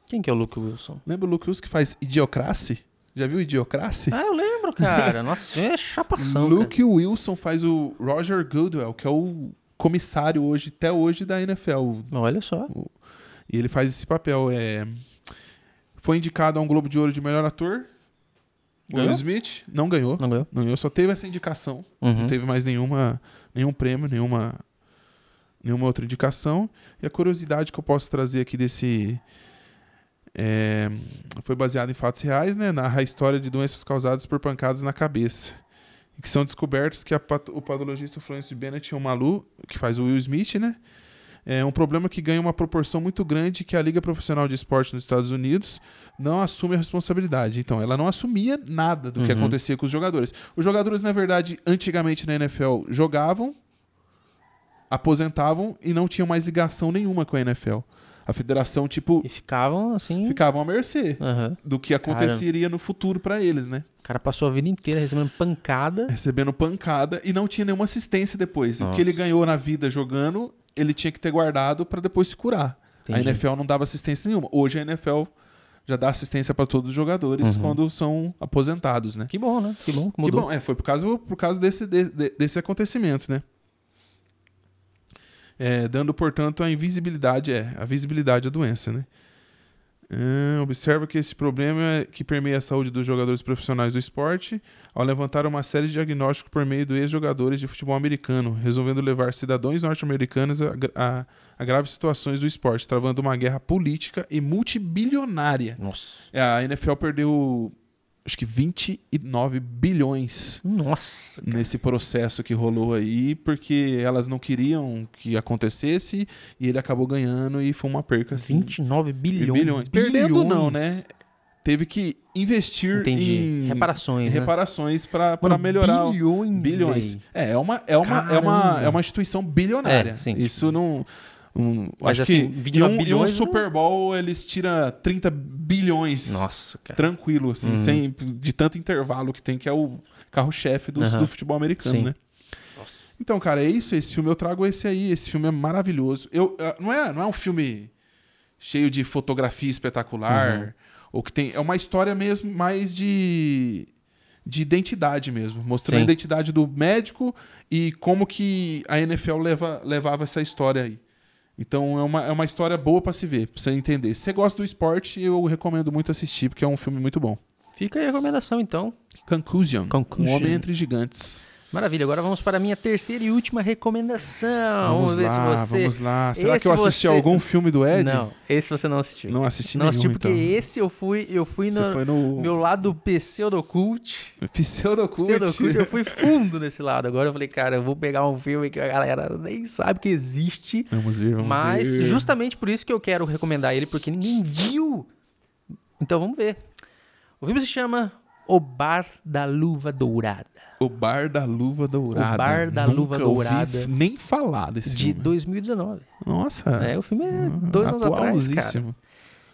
Quem que é o Luke Wilson? Lembra o Luke Wilson que faz Idiocracy? Já viu Idiocracy? Ah, eu lembro, cara. Nossa, é chapação. Luke Wilson faz o Roger Goodwell, que é o comissário hoje, até hoje, da NFL. cara. Olha só. E ele faz esse papel. É... Foi indicado a um Globo de Ouro de melhor ator. O Will Ganhou? Smith não ganhou. Não ganhou? Não ganhou, só teve essa indicação. Uhum. Não teve mais nenhuma, nenhum prêmio, nenhuma, nenhuma outra indicação. E a curiosidade que eu posso trazer aqui desse. é, foi baseado em fatos reais, né? Narra a história de doenças causadas por pancadas na cabeça. E que são descobertos que a pat- o patologista Florence Bennett, o Malu, que faz o Will Smith, né? É um problema que ganha uma proporção muito grande que a Liga Profissional de Esporte nos Estados Unidos não assume a responsabilidade. Então, ela não assumia nada do que Uhum. acontecia com os jogadores. Os jogadores, na verdade, antigamente na NFL jogavam, aposentavam e não tinham mais ligação nenhuma com a NFL. A federação, tipo, E Uhum. ficavam assim. ficavam à mercê Aham. do que aconteceria no futuro pra eles, né? O cara passou a vida inteira recebendo pancada. Recebendo pancada e não tinha nenhuma assistência depois. O Nossa. que ele ganhou na vida jogando, ele tinha que ter guardado pra depois se curar. Entendi. A NFL não dava assistência nenhuma. Hoje a NFL já dá assistência pra todos os jogadores quando são aposentados, né? Que bom, né? Que bom que Que mudou. bom, é, foi por causa, por causa desse, de- de- desse acontecimento, né? É, dando, portanto, a invisibilidade, é, a visibilidade à doença, né? Ah, observa que esse problema é que permeia a saúde dos jogadores profissionais do esporte ao levantar uma série de diagnósticos por meio dos ex-jogadores de futebol americano, resolvendo levar cidadãos norte-americanos a, gra- a- a graves situações do esporte, travando uma guerra política e multibilionária. Nossa. É, A NFL perdeu acho que 29 bilhões Nossa. nesse processo que rolou aí, porque elas não queriam que acontecesse e ele acabou ganhando e foi uma perca assim. 29 bilhões. Perdendo não, Bilhões. né? Teve que investir Entendi. em reparações, né? reparações pra para Mano, melhorar o- Bilhões. bilhões. velho. É, é uma é uma é uma Caramba. é uma instituição bilionária. É, sim. Isso não um, Mas, acho assim, que em 29 um, em um bilhões, né? Super Bowl eles tiram 30 bilhões Nossa, cara. tranquilo, assim, Uhum. sem, de tanto intervalo que tem, que é o carro-chefe do, Aham. do futebol americano, Sim. né? Então, cara, é isso. Esse filme eu trago esse aí. Esse filme é maravilhoso. Eu, ah, não, é, não é um filme cheio de fotografia espetacular. Uhum. Ou que tem. É uma história mesmo mais de. De identidade mesmo, mostrando a Sim. identidade do médico e como que a NFL leva, levava essa história aí. Então é uma, é uma história boa pra se ver, pra você entender. Se você gosta do esporte, eu recomendo muito assistir, porque é um filme muito bom. Fica aí a recomendação, então. Conclusion. Conclusion. Um Homem Entre Gigantes. Maravilha, agora vamos para a minha terceira e última recomendação. Vamos, Ah, ver lá, se você. vamos lá. Será Esse que eu assisti você- algum filme do Ed? Não, esse você não assistiu. Não assisti não assisti nenhum, porque então. esse eu fui, eu fui Você no foi no meu lado pseudocult. Pseudocult. Pseudocult, eu fui fundo nesse lado. Agora eu falei, cara, eu vou pegar um filme que a galera nem sabe que existe. Vamos ver, vamos mas ver. justamente por isso que eu quero recomendar ele, porque ninguém viu. Então vamos ver. O filme se chama O Bar da Luva Dourada. O Bar da Luva Dourada. O Bar da Nunca Luva ouvi Dourada. nem falar desse De filme. 2019. Nossa. É, o filme é dois anos atrás, cara. Uhum. atualzíssimo.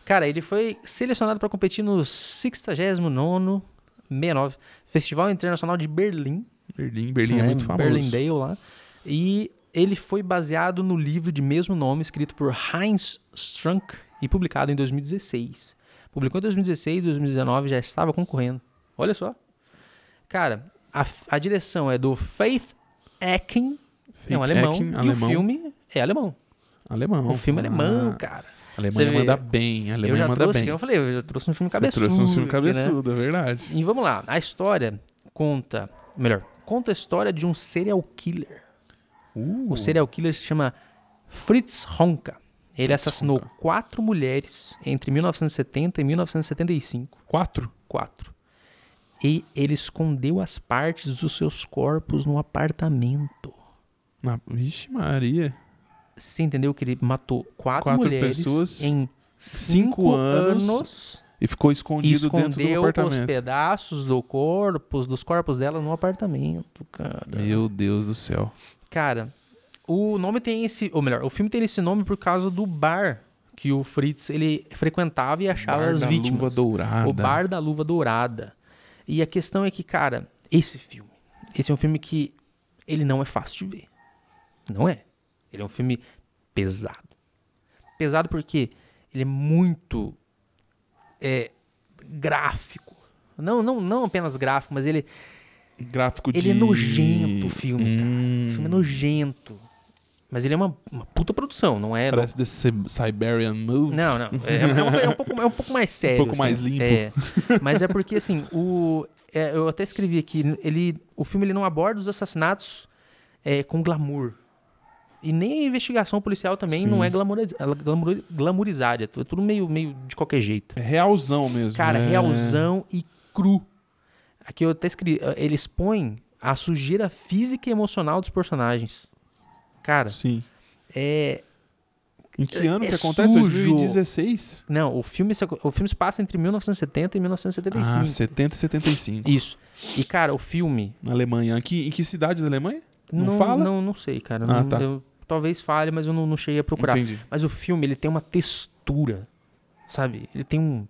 Cara, ele foi selecionado para competir no 69 69 Festival Internacional de Berlim. Berlim, Berlim né, é, muito famoso. Berlindale lá. E ele foi baseado no livro de mesmo nome, escrito por Heinz Strunk e publicado em 2016. Publicou em 2016, 2019, já estava concorrendo. Olha só. Cara, a, a direção é do Faith Ecken, é um Feito- alemão, Ekin, e alemão. o filme é alemão. Alemão. O filme é alemão, cara. A Alemanha Você vê, manda bem, a eu Alemanha já manda trouxe, bem. eu falei, eu já trouxe um filme Você cabeçudo. trouxe um filme aqui, né? cabeçudo, é verdade. E vamos lá, a história conta, melhor, conta a história de um serial killer. Uh, O serial killer se chama Fritz Honka. Ele assassinou Honka. quatro mulheres entre 1970 e 1975. quatro? Quatro. E ele escondeu as partes dos seus corpos num apartamento. Na... Vixe Maria. Você entendeu que ele matou quatro, Quatro mulheres pessoas, em cinco cinco anos, anos E ficou e escondido dentro do escondeu os apartamento. pedaços do corpos, dos corpos dela no apartamento, cara. Meu Deus do céu. Cara, o nome tem esse, ou melhor, o filme tem esse nome por causa do bar que o Fritz ele frequentava e achava Bar as da vítimas. Luva Dourada. O Bar da Luva Dourada. E a questão é que, cara, esse filme, esse é um filme que ele não é fácil de ver. Não é. Ele é um filme pesado. Pesado porque ele é muito é, gráfico. Não, não, não apenas gráfico, mas ele, Gráfico de... ele é nojento o filme, Hum, o filme é nojento. Mas ele é uma, uma puta produção, não é? Parece The Sib- Siberian Move. Não, não. É, é uma- é um pouco, é um pouco mais sério. pouco mais assim. limpo. É. Mas é porque, assim, o, é, eu até escrevi aqui, ele, o filme ele não aborda os assassinatos é, com glamour. E nem a investigação policial também não é glamouris- ela- glamour- glamourizada. É tudo meio, meio de qualquer jeito. É realzão mesmo. Cara, é... realzão e cru. Aqui eu até escrevi, ele expõe a sujeira física e emocional dos personagens. Cara, Sim. é. Em que ano é que acontece? sujo. 2016? Não, o filme, se- o filme se passa entre 1970 e 1975. Ah, 70 e 75. Isso. E, cara, o filme. Na Alemanha. Aqui, em que cidade da Alemanha? Não Não, fala? Não, não sei, cara. Ah, Não- tá. eu- talvez fale, mas eu não, não cheguei a procurar. Entendi. Mas o filme, ele tem uma textura, sabe? Ele tem um.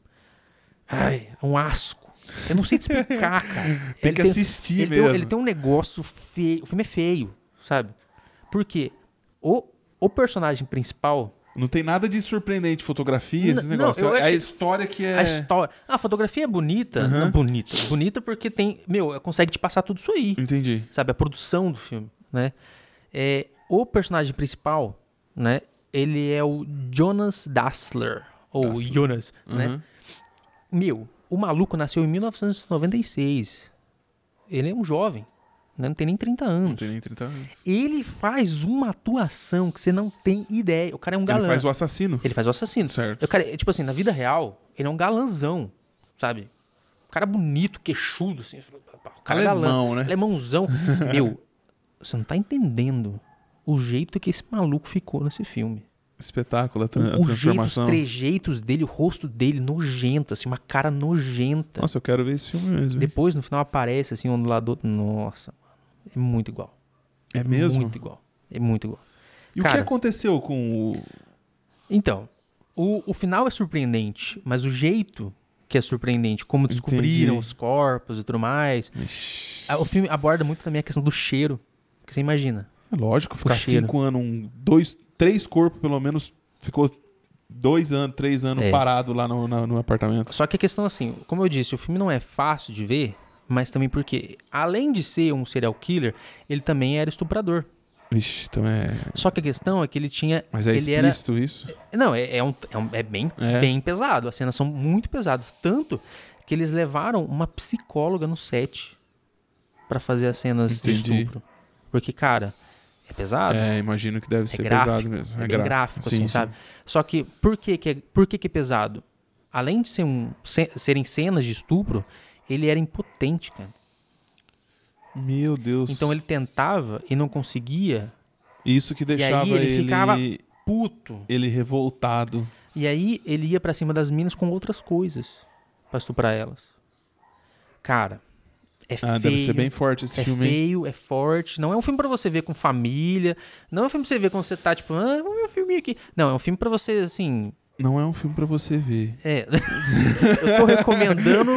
Ai, um asco. Eu não sei te explicar, cara. Tem Ele que assistir ele, tem, mesmo. ele tem um negócio feio. O filme é feio, sabe? Porque o, o personagem principal, Não tem nada de surpreendente fotografia, um- N- esses não, negócios. eu É a achei- história que é. a história. Ah, a fotografia é bonita? Não, bonita. Bonita porque tem. Meu, consegue te passar tudo isso aí. Entendi. sabe? A produção do filme, né? É, o personagem principal, né? Ele é o Jonas Dassler, Ou Tá, sim. Jonas, né? Aham. Meu, o maluco nasceu em 1996. Ele é um jovem, né? não tem nem 30 Não anos. tem nem 30 anos. Ele faz uma atuação que você não tem ideia. O cara é um galã. Ele faz o assassino. Ele faz o assassino. Certo. O cara, é, tipo assim, na vida real, ele é um galanzão, sabe? Um cara bonito, queixudo, assim. O cara é Alemão, galã, né? Alemãozão. Meu, você não tá entendendo o jeito que esse maluco ficou nesse filme. Espetáculo, É, a, tra- a O, o jeito, os transformação. trejeitos dele, o rosto dele nojento, assim, uma cara nojenta. Nossa, eu quero ver esse filme mesmo. hein? Depois, no final, aparece assim, um ondulador. Nossa, mano. É muito igual. É mesmo? Muito igual. É muito igual. E o Cara, que aconteceu com o. Então, o, o final é surpreendente, mas o jeito que é surpreendente, como descobriram Entendi. os corpos e tudo mais. Ixi, A- o filme aborda muito também a questão do cheiro. Porque você imagina. é lógico, ficar cheiro. cinco anos, um, dois, três corpos pelo menos, ficou dois anos, três anos É. parado lá no, na- no apartamento. Só que a questão, assim, como eu disse, o filme não é fácil de ver, mas também porque, além de ser um serial killer, ele também era estuprador. Ixi, também é. Só que a questão é que ele tinha. Mas é ele era explícito isso? Não, é, é um, é, um- é bem, É. bem pesado. As cenas são muito pesadas. Tanto que eles levaram uma psicóloga no set pra fazer as cenas de Entendi. estupro. Porque, cara, é pesado. É, É, imagino que deve ser gráfico. pesado mesmo. É, bem gráfico, assim, sabe? Só que por que, que, é, por que, que é pesado? Além de ser um, se- serem cenas de estupro, ele era impotente, cara. Meu Deus. Então ele tentava e não conseguia. Isso que deixava ele ele, ficava- ele, Puto. revoltado. E aí ele ia pra cima das minas com outras coisas pra estuprar elas. Cara, é Ah, feio. deve ser bem forte esse é filme, hein? feio, é forte. Não é um filme pra você ver com família. Não é um filme pra você ver quando você tá tipo, ah, vamos ver um filminho aqui. Não, é um filme pra você, assim. Não é um filme pra você ver. É. Eu tô recomendando,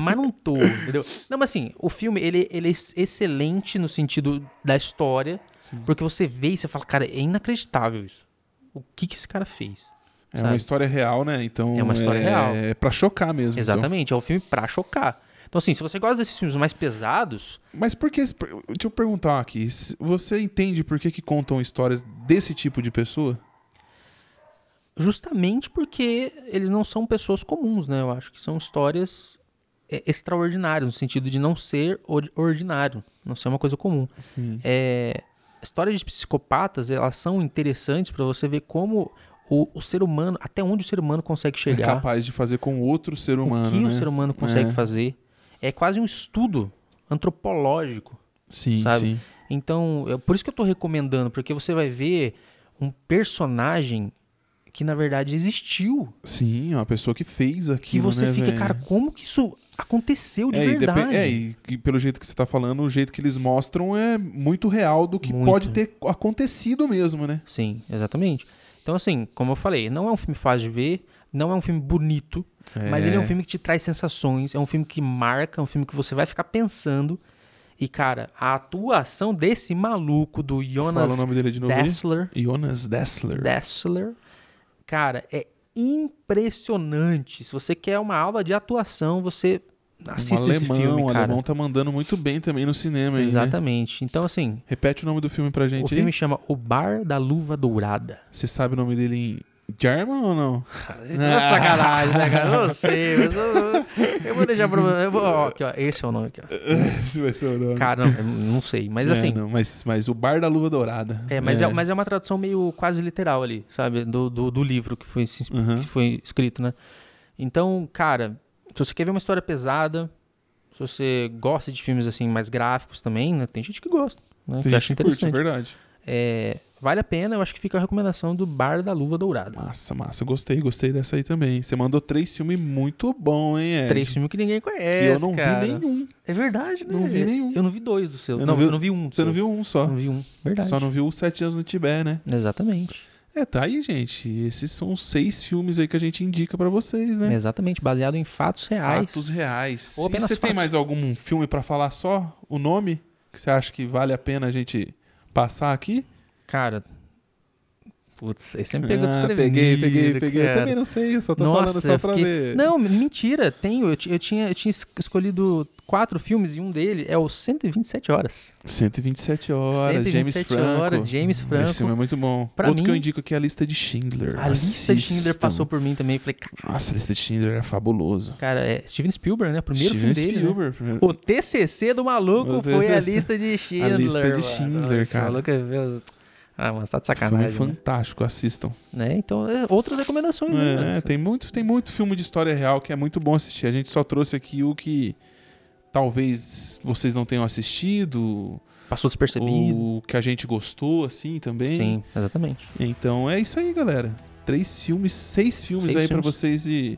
mas não tô, entendeu? Não, mas assim, o filme, ele, ele é ex- excelente no sentido da história. Sim. Porque você vê e você fala, cara, é inacreditável isso. O que que esse cara fez? É Sabe? uma história real, né? Então É uma história é, real. É pra chocar mesmo. então. Exatamente, é um filme pra chocar. Então, assim, se você gosta desses filmes mais pesados, Mas por que. Deixa eu perguntar aqui. se- Você entende por que, que contam histórias desse tipo de pessoa? justamente porque eles não são pessoas comuns, né? Eu acho que são histórias é, extraordinárias, no sentido de não ser or- ordinário, não ser uma coisa comum. Sim. É, histórias de psicopatas, elas são interessantes pra você ver como o, o ser humano, até onde o ser humano consegue É chegar, capaz de fazer com outro ser humano. o que né? o ser hum-, humano consegue É. fazer. É quase um estudo antropológico Sim, sabe? sim. Então, é por isso que eu tô recomendando, porque você vai ver um personagem que na verdade existiu. Sim, é uma pessoa que fez Que aquilo. você né, fica, velho? cara, como que isso aconteceu de é, e depe- verdade? é, e, e pelo jeito que você tá falando, o jeito que eles mostram é muito real do que Muito. pode ter acontecido mesmo, né? Sim, exatamente. Então, assim, como eu falei, não é um filme fácil de ver, não é um filme bonito, mas ele é um filme que te traz sensações, é um filme que marca, é um filme que você vai ficar pensando. E, cara, a atuação desse maluco do Fala o Jonas nome dele de novo aí. Dessler. Jonas Dessler. Dessler. Cara, é impressionante. Se você quer uma aula de atuação, você assista um esse alemão, filme, o cara. alemão tá mandando muito bem também no cinema. aí, né? Exatamente. Então, assim, Repete o nome do filme pra gente o aí. filme chama O Bar da Luva Dourada. Você sabe o nome dele em German ou não? Isso é uma sacanagem, né, cara? Eu não sei, mas eu, eu vou deixar pra você. Aqui, ó, esse é o nome aqui, ó. Esse vai ser o nome. Cara, não, eu não sei. Mas É, assim, não, mas, mas o Bar da Luva Dourada. É, mas é. mas é uma tradução meio quase literal ali, sabe? Do, do, do livro que foi, se ins- Uhum. que foi escrito, né? Então, cara, se você quer ver uma história pesada, se você gosta de filmes assim mais gráficos também, né? Tem gente que gosta, né? Tem que gente acha que curte, é interessante. verdade. É, vale a pena, eu acho que fica a recomendação do Bar da Luva Dourada. Massa, massa. Gostei, gostei dessa aí também. Você mandou três filmes muito bom, hein, Ed? Três filmes que ninguém conhece. É, que eu não cara. vi nenhum. É verdade, né? Não vi nenhum. Eu não vi dois do seu. Eu Não, não vi- eu não vi um. do Você seu. não viu um só. Não vi um. Verdade. Só não viu os Sete Anos no Tibete, né? Exatamente. É, tá aí, gente. Esses são os seis filmes aí que a gente indica pra vocês, É, né? Exatamente. Baseado em fatos reais. Fatos reais. Ou E apenas você tem fatos. mais algum filme pra falar só? O nome? Que você acha que vale a pena a gente passar aqui? Cara, Putz, aí sempre pegou ah, desprevenido. peguei, peguei, peguei. Eu cara. também não sei, eu só tô Nossa, falando só eu pra fiquei- ver. Não, mentira, tenho. Eu, ti- eu tinha, eu tinha es- escolhido quatro filmes e um dele é o 127 Horas. 127 horas, James 127 Franco. Horas, James Franco. Esse filme é muito bom. Pra Outro que eu mim, indico aqui é a lista de Schindler. A lista de Schindler Assistam. passou por mim também. Falei, "Ca- Nossa, a lista de Schindler é fabuloso. cara, é Steven Spielberg, né? O Primeiro filme Steven dele. né? Spielberg, primeiro- O TCC do maluco O foi a TCC. lista de Schindler. A lista de mano. Schindler, Esse cara. maluco é mesmo- Ah, mas tá de Filme sacanagem. né? fantástico, assistam. Né? Então, é, outras recomendações. né, É, mano? tem, muito, tem muito filme de história real que é muito bom assistir. A gente só trouxe aqui o que talvez vocês não tenham assistido, Passou despercebido. ou que a gente gostou, assim, também. Sim, exatamente. Então é isso aí, galera. Três filmes, seis filmes Seis aí pra filmes. vocês e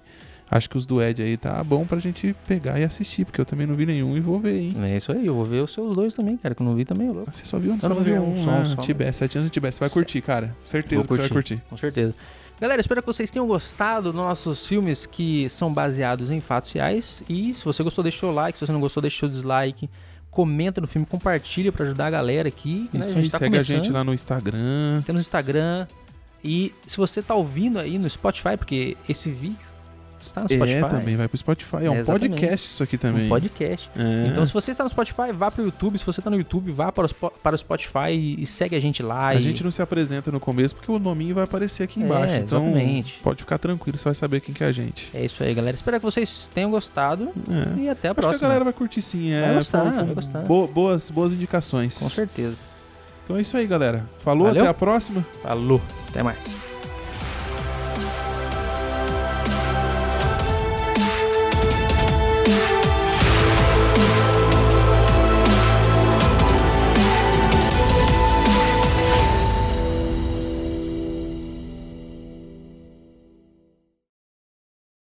acho que os do Ed aí tá bom pra gente pegar e assistir, porque eu também não vi nenhum e vou ver, hein. É isso aí, eu vou ver os seus dois também, cara, que eu não vi também, é louco. Você só viu um, Eu não vi um, só um, né? só um. Tibete, sete anos de Tibete. Você vai Se- curtir, cara. Certeza Vou que você vai curtir. Com certeza. Galera, espero que vocês tenham gostado dos nossos filmes que são baseados em fatos reais. E se você gostou, deixa o like. Se você não gostou, deixa o dislike. Comenta no filme, compartilha pra ajudar a galera aqui. né? É Isso a aí, gente tá segue a gente começando. lá no Instagram. Temos Instagram. E se você tá ouvindo aí no Spotify, porque esse vídeo está no Spotify. É, também vai pro Spotify. É um É, exatamente. podcast isso aqui também. Um podcast. É. Então, se você está no Spotify, vá pro YouTube. Se você tá no YouTube, vá para o, Spo- para o Spotify e, e segue a gente lá. A e- gente não se apresenta no começo porque o nominho vai aparecer aqui É, embaixo. então exatamente. pode ficar tranquilo, você vai saber quem que é a gente. É isso aí, galera. Espero que vocês tenham gostado. É. E até a Acho que a próxima. galera vai curtir sim. É, Vai gostar, foram- foram vai gostar. bo- boas, boas indicações. Com certeza. Então é isso aí, galera. Falou, Valeu. até a próxima. Falou. Até mais.